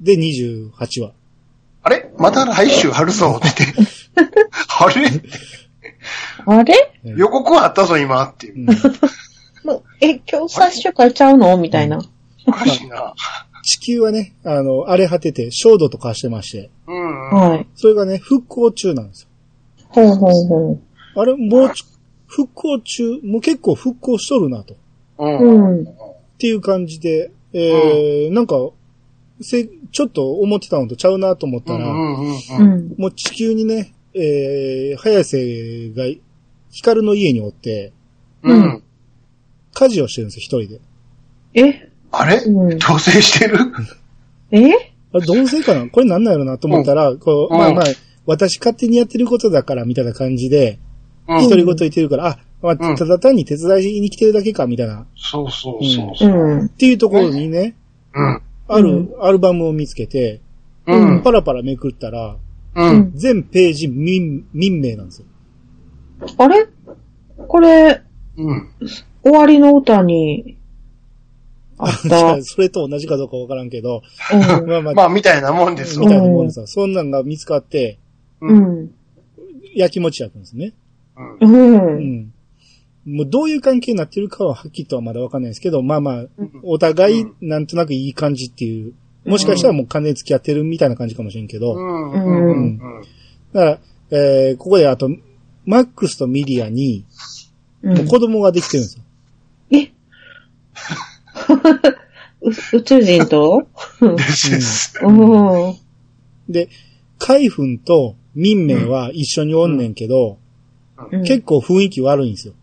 で、28話。あれまた来週あるぞって言って。あれあれ予告はあったぞ今っていう。うんもうえ、今日冊書会ちゃうのみたいな。おかしいな。地球はね、あの、荒れ果てて、焦土と化してまして、うんうん。はい。それがね、復興中なんですよ。ほうほうほあれ、もうちょ、復興中、もう結構復興しとるなと。うんう。うん。っていう感じで、えー、なんか、せ、ちょっと思ってたのとちゃうなと思っうたんうら、んうんううん。ん。もう地球にね、えー、早瀬が、光の家におって、ううんん。家事をしてるんですよ、一人で。えあれうん同棲してるえあれ、同性かなこれなんなんやろなと思ったら、こう、うんまあまあ、私勝手にやってることだから、みたいな感じで、うん一人ごと言ってるから、あ、まうあ、んただ単に手伝いに来てるだけか、みたいな。そうそうそううそう。んっ。ていうところにね、うん。あうるアルバムを見つけて、うん。パラパラめくったら、うん。全ページ民、民名なんですよ。あれこれ、うん。終わりの歌に、あっ た。うそれと同じかどうかわからんけど、ん。まあまあ、まあ、みたいなもんですみわたいなもんですよそんなんが見つかって、う。うんん。焼きもち焼くんですね。うんう。うんん。もうどういう関係になってるかははっきりとはまだわかんないですけど、まあまあ、お互いなんとなくいい感じっていう、もしかしたらもう金付き合ってるみたいな感じかもしれんけど、うん。うん。うん。だから、えー、ここであと、マックスとミリアに、う。もうん子供ができてるんですよ。えう宇宙人とですです。うん。で、カイフンと民名は一緒におんねんけど、うん結構雰囲気悪いんですよ。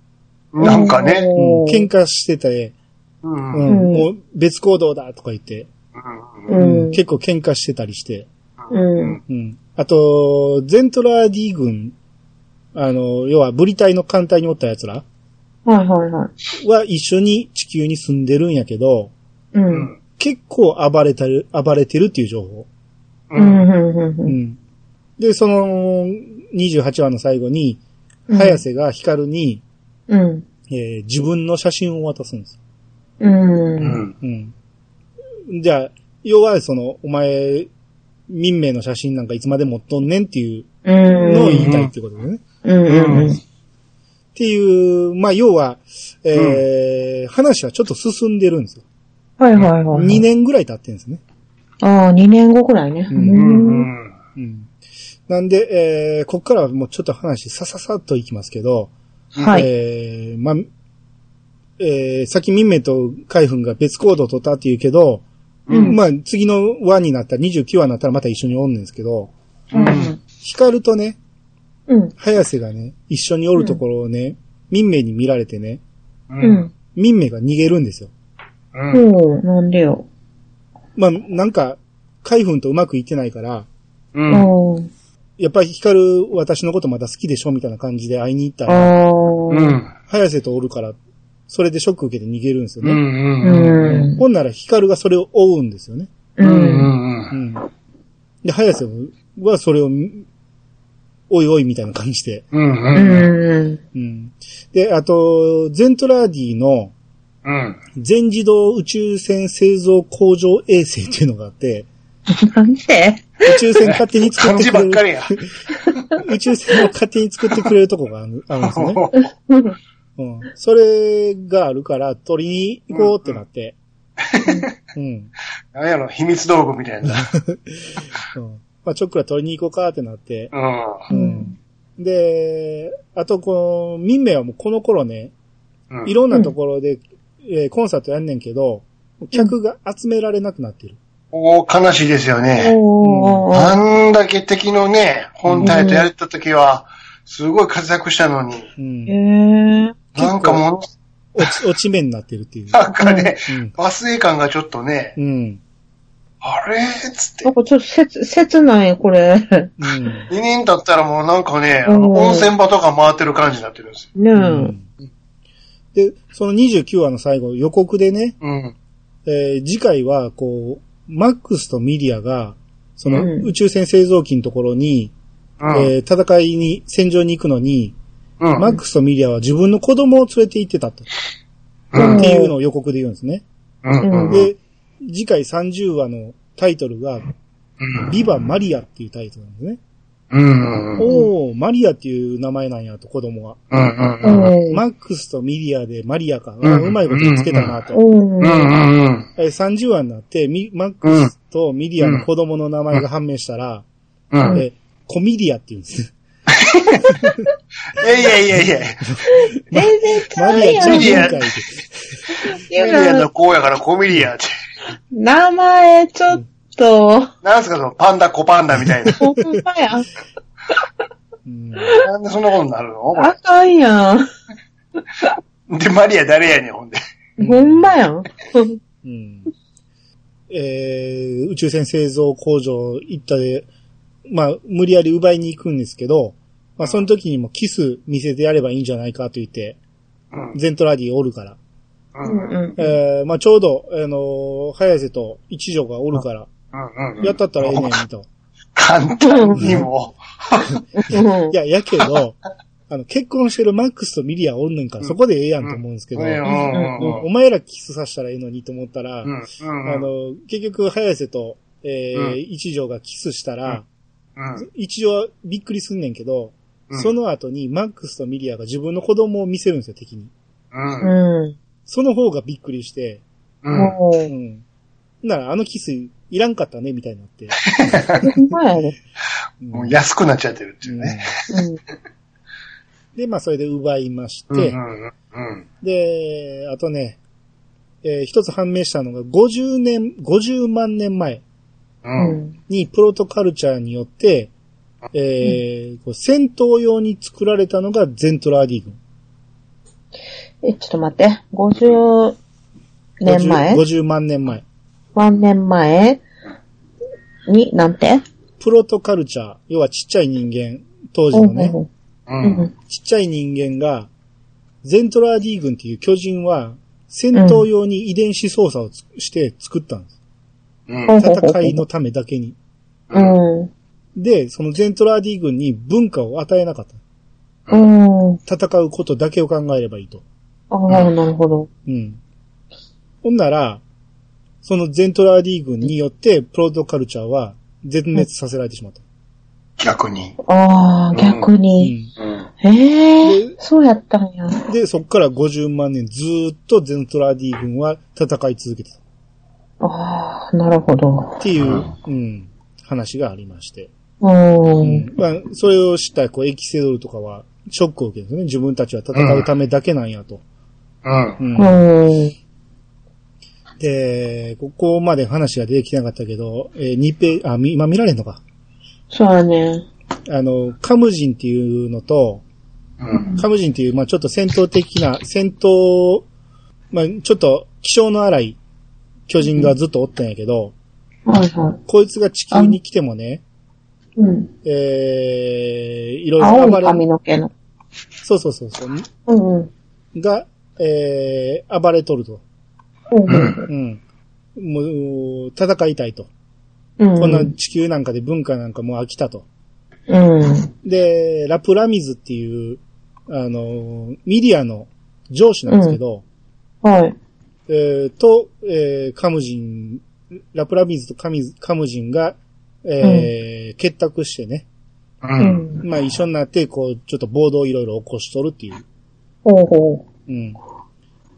なんかね。うんおー喧嘩してて、うんううんんうんもう別行動だとか言って、ううんん。結構喧嘩してたりして、うん。うんあと、ゼントラーディ軍、あの、要はブリ隊の艦隊におった奴らはいはいはい。は一緒に地球に住んでるんやけど、う。うんん。結構暴れたる、暴れてるっていう情報。ううん。ん。うん。ううん。んで、その、28話の最後に、うん早瀬が光に、うん。えー自分の写真を渡すんです。うん。ううん。ん。うん。じゃあ、要はその、お前、民名の写真なんかいつまで持っとんねんっていうのを言いたいってことね。っうん。ていう、まあ、要は、えー話はちょっと進んでるんですよ。はいはいはい。 2。年ぐらい経ってるんですね。ああ、2年後くらいね。ううんん。うん。なんで、えーこっからはもうちょっと話、さささっといきますけど、はい。えーまあ、えーさっき民名と海軍が別行動を取ったっていうけど、うんまあ、次の輪になったら、29話になったらまた一緒におんねんですけど、うん。光とね、うん。早瀬がね、一緒におるところをね、民名に見られてね、う。うんん。民名が逃げるんですよ。うん。おう、なんでよ。まあ、なんか、海軍とうまくいってないから、う。うんん。やっぱり光私のことまだ好きでしょみたいな感じで会いに行ったあら、あ。うん。早瀬とおるから、それでショック受けて逃げるんですようね。ん。ううん。ん。ほんなら光がそれを追うんですよね。う。うんん。うん。で、早瀬はそれを、おいおいみたいな感じで。うん。ううん。ん。うん。で、あと、ゼントラーディのうん。全自動宇宙船製造工場衛星っていうのがあ って、なんて宇宙船勝手に作漢って字くばっかれる、りや。宇宙船を勝手に作ってくれるとこがあるあるんです ね。うん。うん。それがあるから、取りに行こうってな って。うん。何やろ、秘密道具みたいな。うん。まあ、ちょっくら取りに行こうかってなって。ううん。で、あと、この、民名はもうこの頃ね、ん。うん。いろんなところで、えーコンサートやんねんけど、客が集められなくなってる。おー悲しいですよね。おー。あんだけ敵のね、本体とやれた時は、すごい活躍したのに、うんへ。え。なんかもの、落ち、落ち目になってるっていう。なんかね、うん。忘れ感がちょっとね、うん。あれーっつってなん。かちょっと切、切ない、これ。うん。 2年経ったらもうなんかね、あのうん温泉場とか回ってる感じになってるんですよ。ねえ。で、その29話の最後、予告でね、うん。えー次回は、こう、マックスとミリアが、そのうん宇宙船製造機のところに、うん。えー戦いに、戦場に行くのに、うん。マックスとミリアは自分の子供を連れて行ってたと。うんっていうのを予告で言うんですね。うん。うん。で、次回30話のタイトルが、うんビバマリアっていうタイトルなんですね。うん。うん。おー、マリアっていう名前なんやと、子供は。うん。ううん。うん。ん。マックスとミリアでマリアか。うんうまいこと見つけたなと。うん。うん。うん。えー30話になって、ミマックスとミリアの子供の名前が判明したら、うん。えーコミリアって言うんです。いやいやいやいや。全然ちゃマうリアやちゃんうミリやアんかいって。ミリアの子やからコミリアって。名前、ちょっと、なんすかそのパンダ、コパンダみたいな。ほんまや。うんなんでそんなことになるのこあかんやれで、マリア誰やねん、ほんで。ん。ほんまやん。うんえー宇宙船製造工場行ったで、まあ、無理やり奪いに行くんですけど、まあ、その時にもキス見せてやればいいんじゃないかと言って、うん。ゼントラディおるから。う。うんうん。うん。ん。えーまあ、ちょうど、あのー早瀬と一条がおるから、うん。やったったらええねん、と。簡単にも。うんい。や、やけ ど、あの、結婚してるマックスとミリアおんねんから、そこでええやんと思うんですけど、うん。うん。うん。お前らキスさせたらええのにと思ったら、うん。うん。あの、結局、早瀬と、えーうん一条がキスしたら、うん。一条はびっくりすんねんけど、うんその後にマックスとミリアが自分の子供を見せるんですよ、敵に。うん。うん。その方がびっくりして、うん。もうう、ん。なら、あのキスいらんかったね、みたいになって。ほんまやで。うん もう安くなっちゃってるっていうね。うん。うんで、まあ、それで奪いまして、うん。うん。うん。で、あとね、えー一つ判明したのが、50年、50万年前ううん。ん。にプロトカルチャーによって、えーこう戦闘用に作られたのがゼントラーディ軍。え、ちょっと待って。50年前 ?50 万年前。 ?1 年前に、なんてプロトカルチャー、要はちっちゃい人間、当時のね、う。うんうんんちっちゃい人間が、ゼントラーディ軍っていう巨人は、戦闘用に遺伝子操作をつして作ったんです。うん。うん戦いのためだけに。うん。で、そのゼントラーディ軍に文化を与えなかった。うん。うん。戦うことだけを考えればいいと。ああ、なるほど。うん。ほんなら、そのゼントラーディ軍によって、プロトカルチャーは絶滅させられてしまった。逆に。ああ、逆うに。ん。うん。ええ、そうやったんや。で、そっから50万年ずーっとゼントラーディ軍は戦い続けてた。ああ、なるほど。っていう、うん、話がありまして。う。うんん。まあ、それを知った、こう、エキセドルとかは、ショックを受けるんですね。自分たちは戦うためだけなんやと。うん。うん。うん。で、ここまで話が出てきてなかったけど、えー、2ページ、あ、み今見られんのか。そうやね。あの、カムジンっていうのと、うん。カムジンっていう、まあちょっと戦闘的な、戦闘、まあちょっと気性の荒い巨人がずっとおったんやけど、はいはこいつが地球に来てもね、い。うん。えー、いろいろ青暴いれ、髪の毛の。そうそうそうそう、うんうん。が、えー、暴れとると。うんうん。もう、戦いたいと。うん。こんな地球なんかで文化なんかもう飽きたと。うん。で、ラプラミズっていう、あの、ミディアの上司なんですけど、はい。えーと、えーカムジン、ラプラミズとカミズカムジンが、えー結託してね、う。うんん。まあ一緒になって、こう、ちょっと暴動をいろいろ起こしとるっていう。ほうほうん。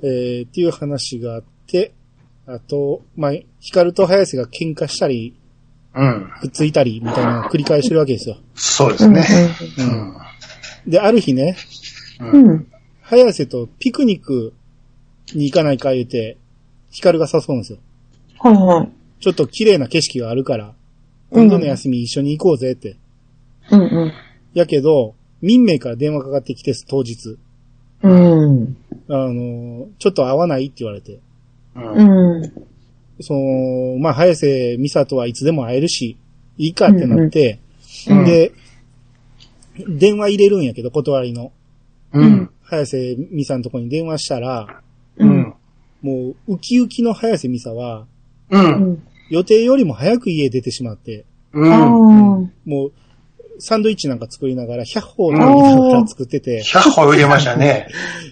えーっていう話があって、あと、まあ、ヒカルと早瀬が喧嘩したり、うん。くっついたり、みたいなのを繰り返してるわけですよ。そうでう。すね。う。うんん。で、ある日ね、うん。うん。早瀬とピクニックに行かないか言うて、ヒカルが誘うんですよ。はいはい。ちょっと綺麗な景色があるから、うん今度の休み一緒に行こうぜって。うんうん。やけど、民名から電話かかってきて、当日。うん。あのー、ちょっと会わないって言われて。うん。うん。その、まあ、早瀬美里はいつでも会えるし、いいかってなって、うんうんで、電話入れるんやけど、断りの。うん。早瀬美さんのとこに電話したら、うん。もう、ウキウキの早瀬美さは、う。うんん。予定よりも早く家出てしまって、うああ。ん。もう、サンドイッチなんか作りながら、100歩のぎながら作ってて、 100歩入れましたね。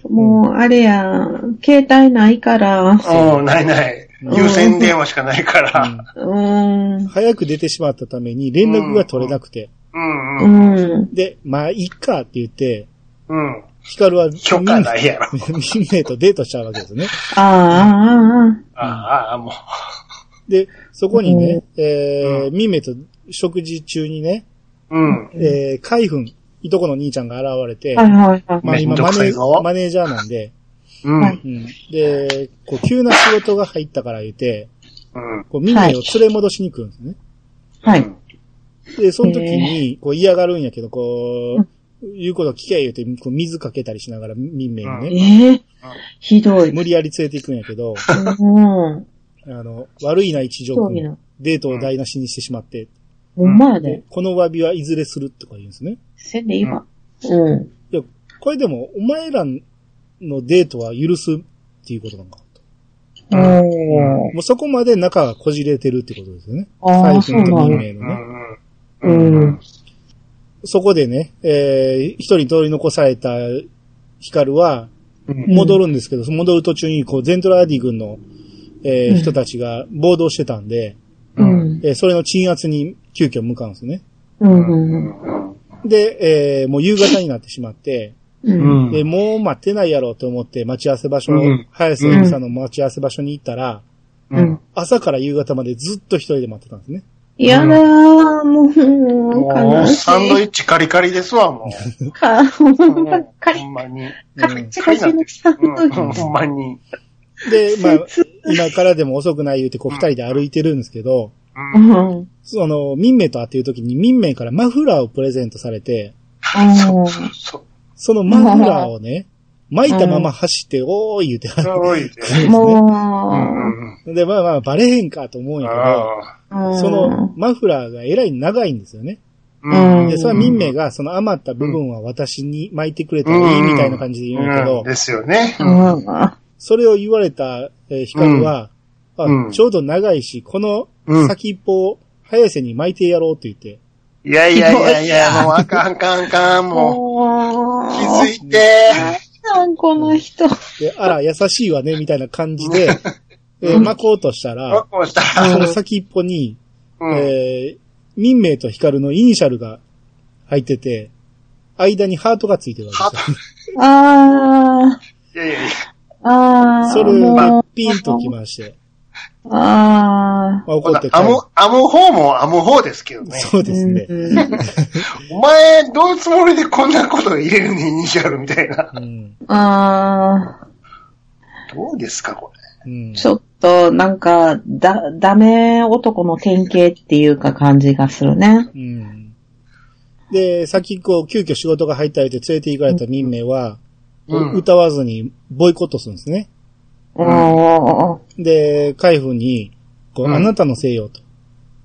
もう、あれや、携帯ないから。うん、ないない。優先電話しかないかうんら。うーん。早く出てしまったために連絡が取れなくて。うんう。うんん。で、まあ、いっかって言って、うん。ヒカルはみん許可ないやろ。みんなとデートしちゃうわけですね。ああ、ああ、ああああ、もう。で、そこにね、えー、ミメと食事中にね、うん。えー、海軍、いとこの兄ちゃんが現れてああ。は、いはいはい。まあ今めんどマくさネいぞマネージャーなんで、うん。はいうん、で、こう急な仕事が入ったから言って、うん。こうミメを連れ戻しに来るんですね。はい。で、その時に、こう嫌がるんやけど、こう、言うこと聞け言うて、こう水かけたりしながら民名にね、ええひどい。無理やり連れていくんやけど、うん。あの、悪いな一条興味な君、。デートを台無しにしてしまって、ほんまやでで。この詫びはいずれするとか言うんですね。せんで今。うん。これでも、お前らのデートは許すっていうことなんか。おー。もうそこまで仲がこじれてるってことですよね。ああ、そ最近うなのん民名や。のうね。ん。うん。そこでね、えー、一人取り残されたヒカルは、うん戻るんですけど、戻る途中に、こう、ゼントラーディ軍の、えーうん人たちが暴動してたんで、ううん。ん。えーそれの鎮圧に急遽向かうんですね。うん。で、えーもう夕方になってしまって、うん。で、もう待ってないやろうと思って待ち合わせ場所、うん早瀬由美さんの待ち合わせ場所に行ったら、うん。朝から夕方までずっと一人で待ってたんですね。やだー、もう、も悲う、しい。サンドイッチカリカリですわ、もか、う。ほんま、カリほんまに。カリカリのサンドイうん、ッチ。ほんまに。で、まあ、 切今からでも遅くない言うて、こう二人で歩いてるんですけど、ううん。ん。その、民名と会っている時に民名からマフラーをプレゼントされて、そうそうそう。そのマフラーをね、巻いたまま走って、おーい言うて、すごいで。もう、で、まあまあ、バレへんかと思うんやけど、ああ。うんその、マフラーがえらい長いんですよね。うんで、それは民名がその余った部分は私に巻いてくれたらいいみたいな感じで言うんやけうどん、ですよね。うん。それを言われた、えーヒカルは、あうんちょうど長いし、この先っぽを早瀬に巻いてやろうって言って、いやいやいやいや、もうあかんかんかん、もう。気もう、づいて。なんこの人。で、あら、優しいわね、みたいな感じで、えー巻こうとしたあ、ら、こうした。その先っぽに、うん。えー、民名とヒカルのイニシャルが入ってて、間にハートがついてるわけですハよート。あいやいやいや。ー、あー、それもがう、ピンときまして、あまあ、怒って帰ある。む、あむ方もあむ方ですけどね。そうー。ですね。うんお前、どういうつもりでこんなこと入れるにイニシャルみたいな。うん。あどうですか、これ。うん ー、ちょっと、なんか、だ、ダメ男の典型っていうか感じがするね。うん。で、さっきこう、急遽仕事が入ったりで連れて行かれた民名は、うん歌わずにボイコットするんですね。おー、で、海部に、こう、うんあなたのせいよと。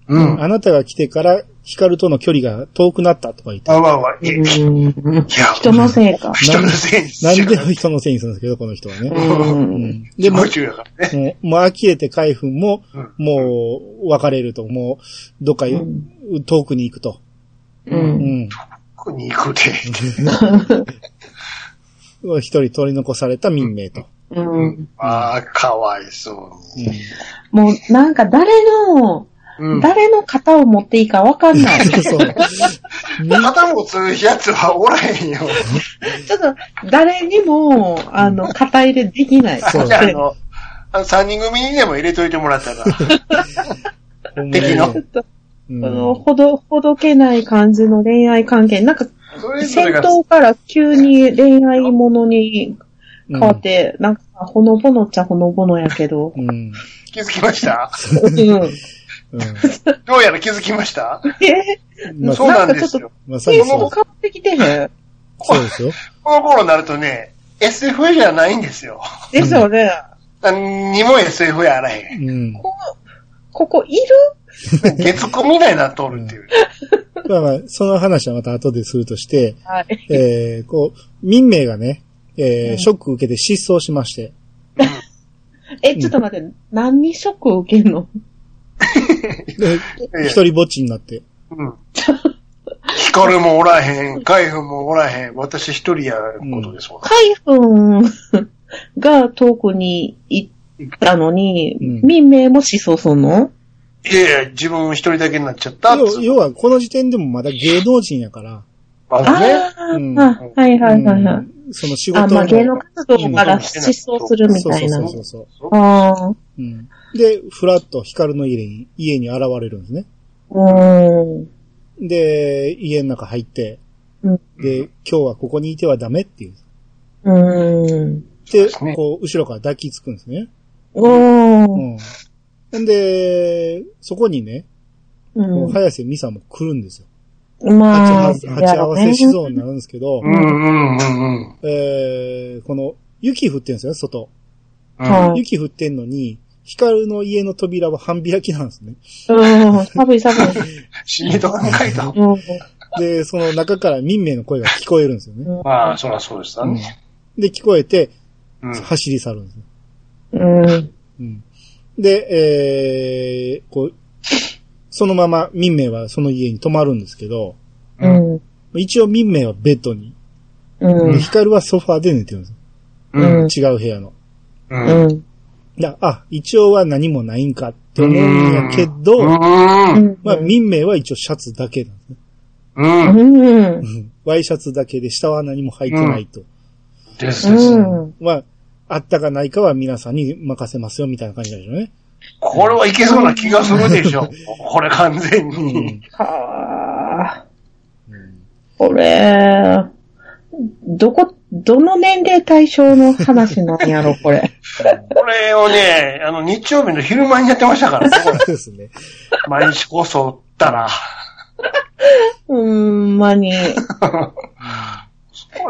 うん。あなたが来てから、ヒカルとの距離が遠くなったとか言って。あわあわ。いや、いうんや人のせいか。人のせいにしなんちでゃう。人のせいにするんですけど、この人はう。ね。うんん。で、もも中やからね。う、もうもう呆れて海部も、うんもう、別れると、もう、どっかういん遠くに行くと。う。うんん。 ここに行くで。一人取り残された民名と。うん。ああ、かわいそううに。んもう、なんか誰の、うん。誰の型を持っていいかわかんない。そう そう。肩持つやつはおらへんよ。ちょっと、誰にも、あの、肩入れできない。そうじゃあ、あの、あの三人組にでも入れといてもらった ら。敵のちょっと、うあの、んほど、ほどけない感じの恋愛関係。なんか、それぞ戦れが、闘から急に恋愛ものに変わって、なんか、ほのぼのっちゃほのぼのやけど。うん。気づきましたうん。うどうやら気づきましたえん。まあそうなんですよ。まさにテイスそトう。変わってきてへん。そうですよ。この頃になるとね、SF じゃないんですよ。ですよね。何にも SF やあらへん。うん。こここいる月9みたいな通るっていう。まあまあ、その話はまた後でするとして、はい。えー、こう、民名がね、えうー、んショック受けて失踪しまして、え、ちょっと待って、何にショックを受け んので、ええ一人ぼっちになって、うん。ヒカルもおらへん、海部もおらへん、私一人やることですもん。 海軍が遠くに行ったのに、うん民名もしそうそのいやいや、自分一人だけになっちゃったって。要要は、この時点でもまだ芸能人やから、まずね。ああ、うんはいはいはいはうい。んその仕あ、事まあの芸能活動から失踪するみそうたそいうな。そうそうそう。ああ、うんで、ふらっと光の家に、家に現れるんですね。うん。で、家の中入って、うんで、今日はここにいてはダメっていう。うん。で、すねこう、後ろから抱きつくんですね。おうーん。ほんで、そこにね、う。こうん早瀬美さも来るんですよ。鉢合まあ、わせ鉢合わせしそうになるんですけど、うんうんうんうん。えーこの、雪降ってるんですよね、外。うんはい雪降ってんのに、光の家の扉は半開きなんですね。うやろね。うん。寒い寒い。死にとかんかいと。うん。で、その中から民名の声が聞こえるんですよね。まあ、そりゃそうでしたね。で、聞こえて、うん。走り去るんですよ。うん。うん。で、えーこう、そのまま民名はその家に泊まるんですけど、ううん。ん。一応民名はベッドに、うでん。光はソファーで寝てるんですうん。よ。違う部屋の。うん。うん。だあ、一応は何もないんかって思うんやけど、うん。まあ、民名は一応シャツだけなんですね。うん。うん。うんワイシャツだけで下は何も履いてないと。ですです。うん。まあ、あったかないかは皆さんに任せますよみたいな感じなんでしょうね。これはいけそうな気がするでしょ。これ完全に。はあ。これ、どこ、どの年齢対象の話なんやろ、これ。これをね、あの、日曜日の昼間にやってましたからね、これ。そう ですね。毎日こそったら、うんまに。少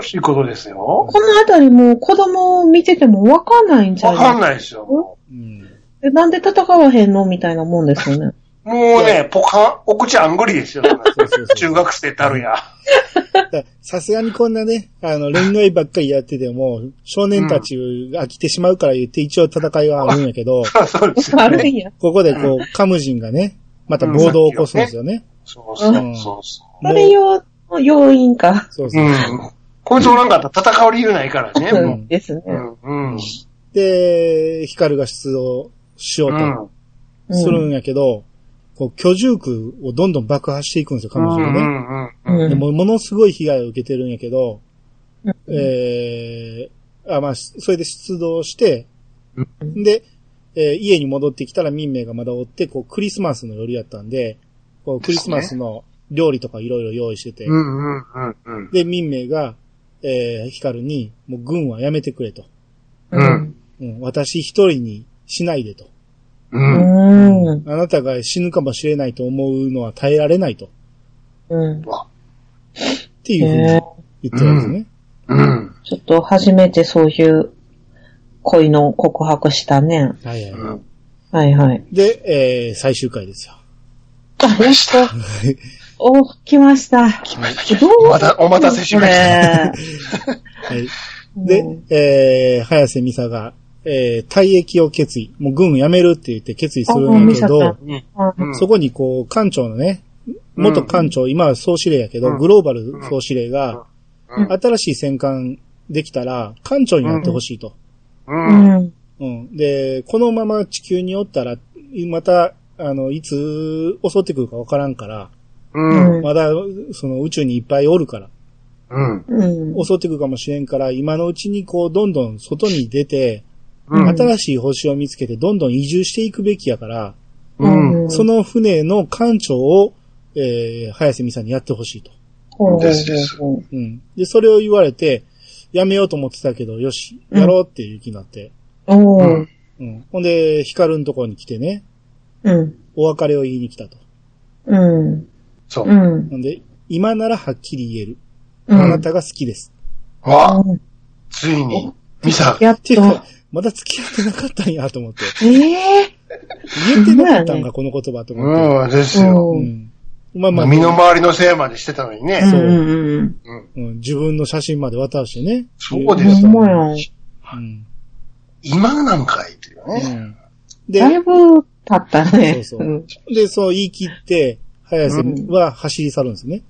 しいことですよ。このあたりもう子供見ててもわかんないんじゃわかんなないですよ。うん。いでなんで戦わへんのみたいなもんですよね。もうね、ポカン、お口あんぐりですよ。そうそうそう中学生たるや。ださすがにこんなね、あの、恋愛ばっかりやってても、少年たちが飽きてしまうから言って一応戦いはあるんやけど、そうですよあるね。んや。ここでこう、カムジンがね、また暴動を起こすんですよね。そうそうそうそそれ用の要因か。そうう。そうう。ん。こいつおらんかったら戦う理由ないからね、うもう。んですね。うん。うん。で、ヒカルが出動しようとうんするんやけど、こう、居住区をどんどん爆破していくんですよ、う彼ん。う女がね。ん。うん。うんでも、ものすごい被害を受けてるんやけど、うんえー、あ、まあ、しそれで出動して、うで、えー家に戻ってきたら民名がまだおって、こう、クリスマスの夜やったんで、こう、クリスマスの料理とかいろいろ用意してて、うん。うん。うん。うん。で、民名が、えー、ヒカルに、もう軍はやめてくれと。うんうん、私一人にしないでと。う。うんん。うん。あなたが死ぬかもしれないと思うのは耐えられないと。っうん。ていうふうにね言ってるんですね。うん。ちょっと初めてそういう恋の告白したね。はいはいはういん。はいはい。で、えー、最終回ですよ。あ、やっと。お、来ました。どうまたお待たせしましたこはい。れでうん、えー、早瀬美沙が、えー、退役を決意。もう軍やめるって言って決意するあんだもけう美沙ちゃどん、うん。あうんそこにこう、艦長のね、元艦長、今は総司令やけうど、んグローバル総司令が、うん新しい戦艦できたら、艦長になってほしいと。ううん。ん。うん。で、このまま地球におったら、また、あの、いつ襲ってくるかわからんから、うん。まだ、その宇宙にいっぱいおるから、うん。うん。襲ってくるかもしれんから、今のうちにこう、どんどん外に出て、うん新しい星を見つけて、どんどん移住していくべきやから、うん。その船の艦長を、えー、早瀬美さんにやってほしいと。ほうほうほうですですほうん。で、それを言われて、やめようと思ってたけど、よし、やろうっていう気になって。う。おうーん。うん。ほんで、光のところに来てね、うん。お別れを言いに来たと。うん。そうう。ん。なんで、今ならはっきり言える。う。あなんたが好きです。わ、ついに、ミサ、やっっていうとか。、まだ付き合ってなかったんやと思って。ええ言えてなかったんまあねか、この言葉と思って。うん、ですよ。う。うんん。まあまあ、身の回りのせいまでしてたのにね。う。そうんうん自分の写真まで渡してね。そううでん。すほんまうやん。ん。今なんかいっていううね。んで、だいぶ経ったね。そうそうで、そう言い切って、早瀬は走り去るんですね。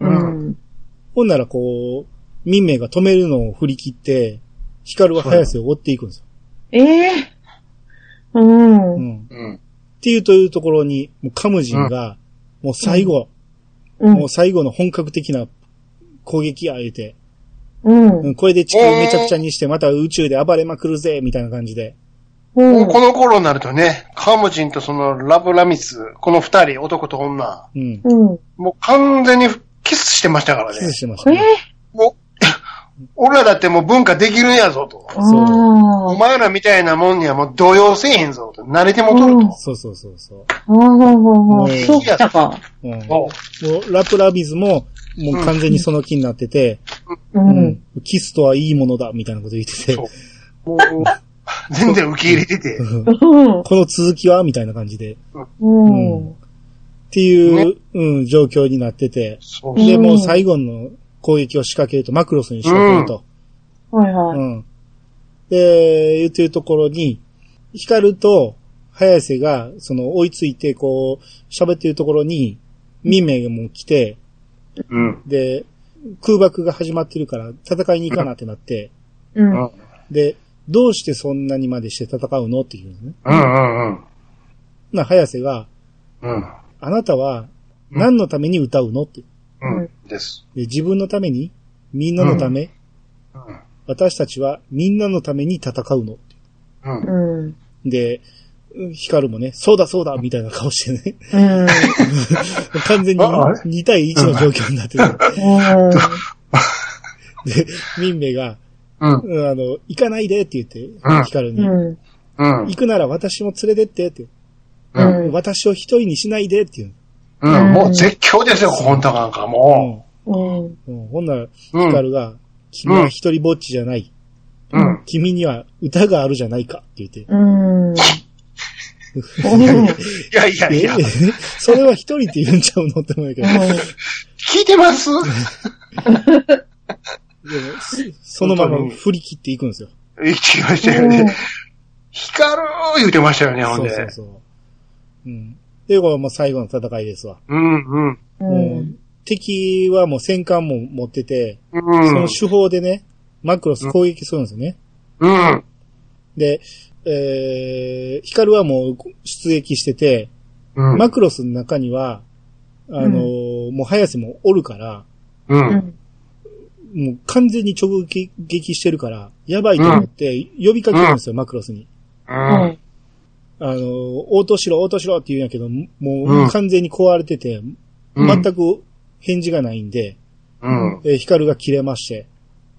う。ん。ほんならこう、民名が止めるのを振り切って、ヒカルは早瀬を追っていくんですよ。ええううん。うん。ん。っうん。ていうというところに、もうカムジンが、もう最後、もう最後の本格的な攻撃あえて、うん。うんこれで地球めちゃくちゃにして、また宇宙で暴れまくるぜ、みたいな感じで。う。もうんこの頃になるとね、カムジンとそのラブラミス、この二人、男と女、うん。うん。もう完全にキスしてましたからねキ。スしてましたえね。もう、俺らだってもう文化できるんやぞと。おあ前らみたいなもんにはもう動揺せえへんぞと。慣れてもとると。そうそうそうそあ。ああ、えそうきたか。う。うん。もおうラプラビズも、もう完全にその気になってて、う。うんん。キスとはいいものだ、みたいなこと言っててそ、うもう、全然受け入れてて。うん。この続きはみたいな感じで、っうん。ていう、うん、状況になってて、そうで、うんもう最後の攻撃を仕掛けると、マクロスに仕掛けると。はいはうい。ん。で、言ってるところに、光ると、早瀬が、その、追いついて、こう、喋ってるところに、ミンメイがもう来て、うん。で、空爆が始まってるから、戦いに行かなってなって、う。うんん。で、どうしてそんなにまでして戦うのっていうのね。うんうんうん。な、早瀬が、うん。あなたは、何のために歌うのって。うん。です。で、自分のために、みんなのため、うん。私たちはみんなのために戦うの。うん。うん。で、光もね、そうだそうだみたいな顔してね。 うん。完全にああれ2対1の状況になってる。で、ミンメが、うん。うんあの、行かないでって言ってうん、ヒカルに、うん。うん行。くなら私も連れてってって、うん。うん私を一人にしないでっていう。うん。もう絶叫ですよ、本当なんかもうん。うんうんほんなら、ヒう。うカん。ルが、君は一人ぼっちじゃない。うん。君には歌があるじゃないかって言って。うん。いやいやいやえ、それは一人って言うんちゃうのって思うんやけど。聞いてますでもそそのまま振り切っていくんですよ。言ってましたよね。光る言ってましたよね、ほんそうで。そうそう。うん。で、これもう最後の戦いですわ。うんうん。うん。敵はもう戦艦も持ってて、うん。その手法でね、マクロス攻撃するんですよね。うん。で、えー、ヒカルはもう出撃してて、うん。マクロスの中には、あのーもう早瀬もおるから、うん。もう完全に直撃してるから、やばいと思って呼びかけるんですよ、マクロスに。うん。あのー、応答しろ、応答しろって言うんやけど、うもんう完全に壊れてて、全く返事がないんで、うん。えーヒカルが切れまして、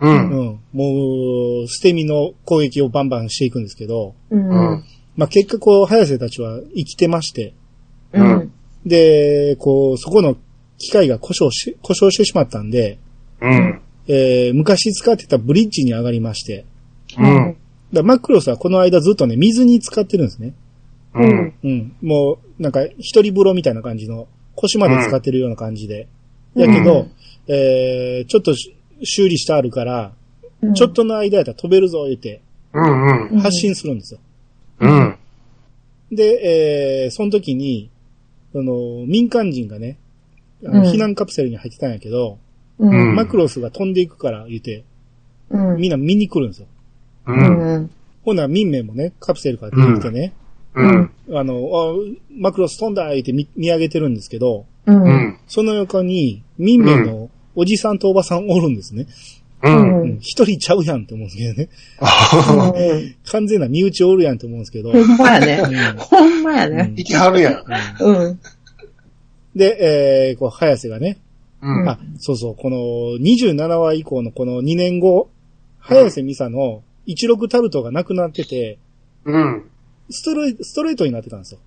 う。うんん、もう、捨て身の攻撃をバンバンしていくんですけど、うん。まあ、結果こう、早瀬たちは生きてまして、うん。で、こう、そこの機械が故障し、故障してしまったんで、うん。えー昔使ってたブリッジに上がりまして、うん。だからマクロスはこの間ずっとね、水に使ってるんですね。うん。うん。もう、なんか、一人風呂みたいな感じの、腰まで使ってるような感じで。やけど、えーちょっとし修理してあるから、ちょっとの間やったら飛べるぞ、言って、うん。うん発信するんですよ。うん。で、えーその時に、あの、民間人がね、あうんの避難カプセルに入ってたんやけど、う。うんんマクロスが飛んでいくから言って、うん。みんな見に来るんですよ。うん。ほな、民名もね、カプセルから出てきてね、うん。あの、あマクロス飛んだ言って見見上げてるんですけど、ううん。ん。その横に、民名のおじさんとおばさんおるんですね。うん。うん一人ちゃうやんって思うんですけどね。 うん。完全な身内おるやんって思うんですけど。ほんまやうね。んほんまやね。いきはるやん。うん。で、えー、こう、早瀬がね、うん。あ、そうそう、この27話以降のこの2年後、早瀬美沙の16タルトがなくなってて、うん。ストレストレートになってたんですよ。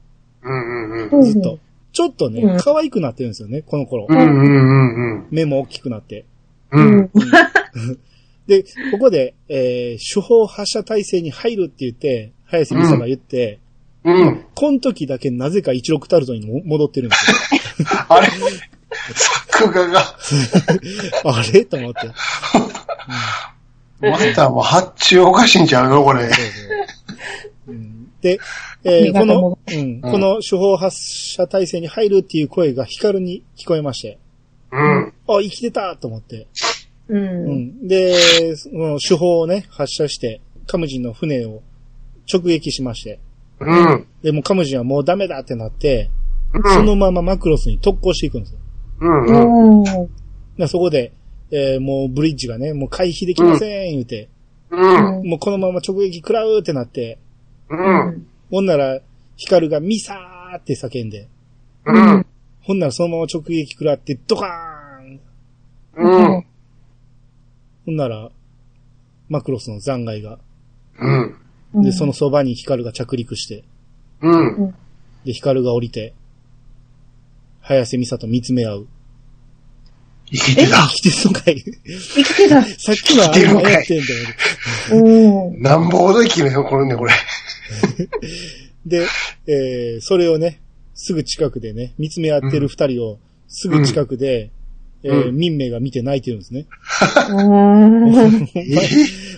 うん。うん。うんずっと。ちょっとうねん、可愛くなってるんですよね、この頃う。ん。うん。目も大きくなって。うん。うん。で、ここで、えー、手法発射体制に入るって言って、早瀬美沙が言って、うん。この時だけなぜか16タルトにも戻ってるんですよ。あれ作画が、 あれと思って。またもう発注おかしいんちゃうのこれ。うんで、えー味方このも、うん、この手法発射体制に入るっていう声がヒカルに聞こえまして、うん。あ、生きてたと思って。う。うんん。で、その手法をね、発射して、カムジンの船を直撃しまして、うん。で、もうカムジンはもうダメだってなって、うそのん。ままマクロスに特攻していくんですよ。うん。うん。うん。でそこで、えーもうブリッジがね、もう回避できません、言うて、うん。もうこのまま直撃食らうってなって、うん。ほんなら、ヒカルがミサーって叫んで、うん。ほんならそのまま直撃食らって、ドカーンうん。ほんなら、マクロスの残骸が。うん。で、そのそばにヒカルが着陸して、うん。で、ヒカルが降りて、早瀬美里見つめ合う。生きてた生。きてるのかい生きてた。さっきのあれもやってんだよ。うん。なんぼほど生きるよ、これ ね、これ。で、えー、それをね、すぐ近くでね、見つめ合ってる二人を、すぐ近くで、んえーう民名が見て泣いてるんですね。うん。お前、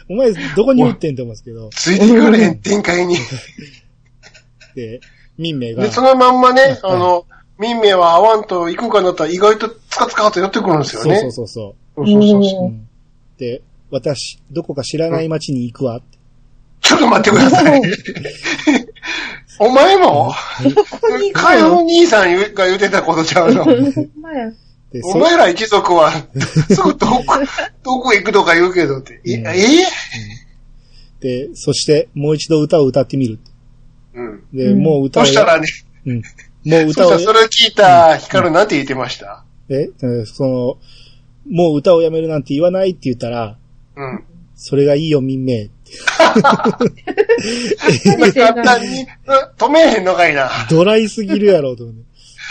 お前どこに行ってんと思うんですけど、ついていかれへん展開に。で、民名がで、、そのまんまね、あの、民名は合わんと行くかなったら意外とつかつかと寄ってくるんですよそうね。そうそうそそうそうそうそうう、うんうんで、私、どこか知らない町に行くわって。ちょっと待ってくだ さい。お前も、どこに行く海の保兄さんが言うてたことちゃうの。ほんまや。で、おそ前ら一 族は、すぐ遠く、遠く行くとか言うけどって。いうんえで、そして、もう一度歌を歌ってみる。うん。で、うんもう歌そを、したらね、うん。もう歌そしたをら、それ聞いたヒカルなんて言ってましたえ、えーその、もう歌をやめるなんて言わないって言ったら、うん。それがいいよ、民名。 何してん簡だ単に、止めへんのかいな。ドライすぎるやろ、と思って。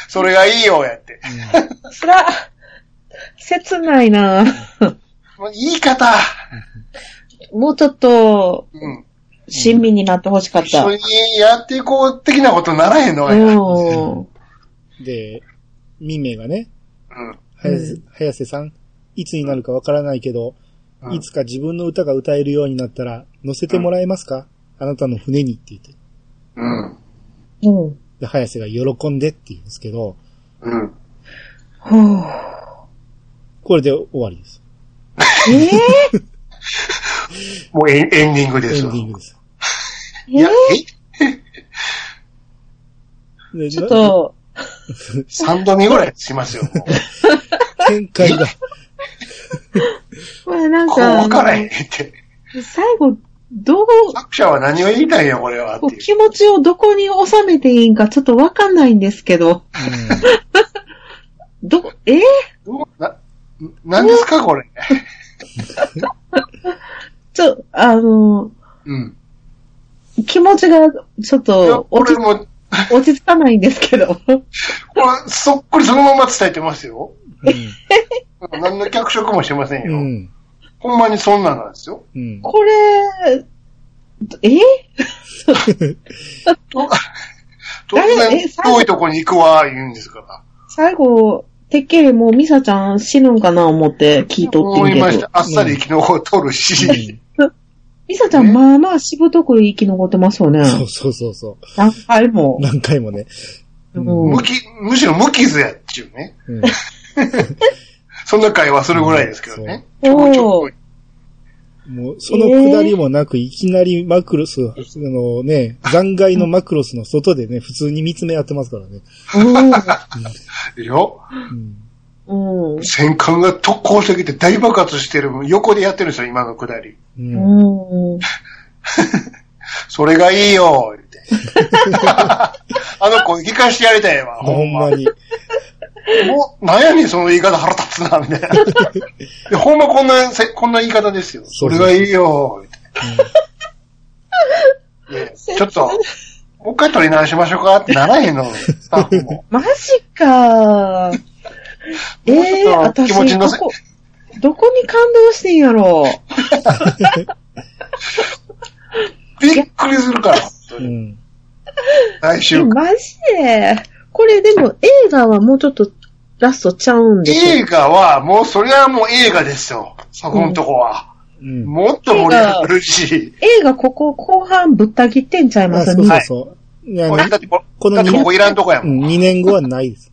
それがいいよ、やって。つら、切ないなもう言い方。もうちょっと、うん。親身になってほしかっ一た。緒うん。にやっていこう的なことならへんのかいな。うん。で、民名がね、うん早瀬早瀬さん、いつになるかわからないけど、うんいつか自分の歌が歌えるようになったら、乗せてもらえますか、あなたの船にって言って。うん。うん。で、早瀬が喜んでって言うんですけど、うん。ほうこれで終わりです。えぇもうエンエンディングでエすンわディングです。えいやぇ、でちょっと、え三度見ぐらいし ますよ、もう。な展開が、これなんこか、う分からへんって。最後、どう、作者は何を言いたいんや、これは。ってこういう気持ちをどこに収めていいんかちょっとわかんないんですけど、どこ、えぇ、どうな、何ですか、これ。ちょ、あの、うん。気持ちがちょっいやと落俺ちも、落ち着かないんですけど。これ、そっくりそのまま伝えてますよ。う何の脚色もしてませんん。うよ。ん。ほんまにそんなんなんですよ。うん。これ、え突誰然え、最後遠いとこに行くわ、言うんですから。最後、てっきりもうミサちゃん死ぬんかな思って聞いとって思んいまけしどた。。あっさり生き残るし。ミサちゃんねまあまあしぶとく生き残ってますよねう。んそうそうそうそ何回もう。。何回もね。うんうむき、むしろ無傷やっちゅうね。うんそんな会話するぐらいですけどね。ちょこちょおこー。もう、そのくだりもなく、いきなりマクロス、あのね、残骸のマクロスの外でね、普通に見つめ合ってますからね。でしょうん。うん。うん戦艦が特攻してきて大爆発してる横でやってるんですよ、今のくだり。うん。うん。それがいいよ、言って。あの声聞かしてやりたいわ、ほほんんまま。に。もう、なんやねん、その言い方腹立つな、みたいな。でほんまこんなせ、こんな言い方ですよ。そそうそれうがいいよ、言って。ねえちょっと、もう一回取り直しましょうかってならへんの、スタッフも。マジ かええもうちょっと私気持ちど乗せこ、どこに感動してんやろびっくりするから、うん。来え週。マジで。これでも映画はもうちょっとラストちゃうんでしょ映画は、もう、それはもう映画ですよ。そこのとこは。うん。もっと盛り上がるし。映画ここ後半ぶった切ってんちゃいまあそすうそうね。そう。ねあのだってこ、このだってここいらんとこやうもん。ん、2年後はないです。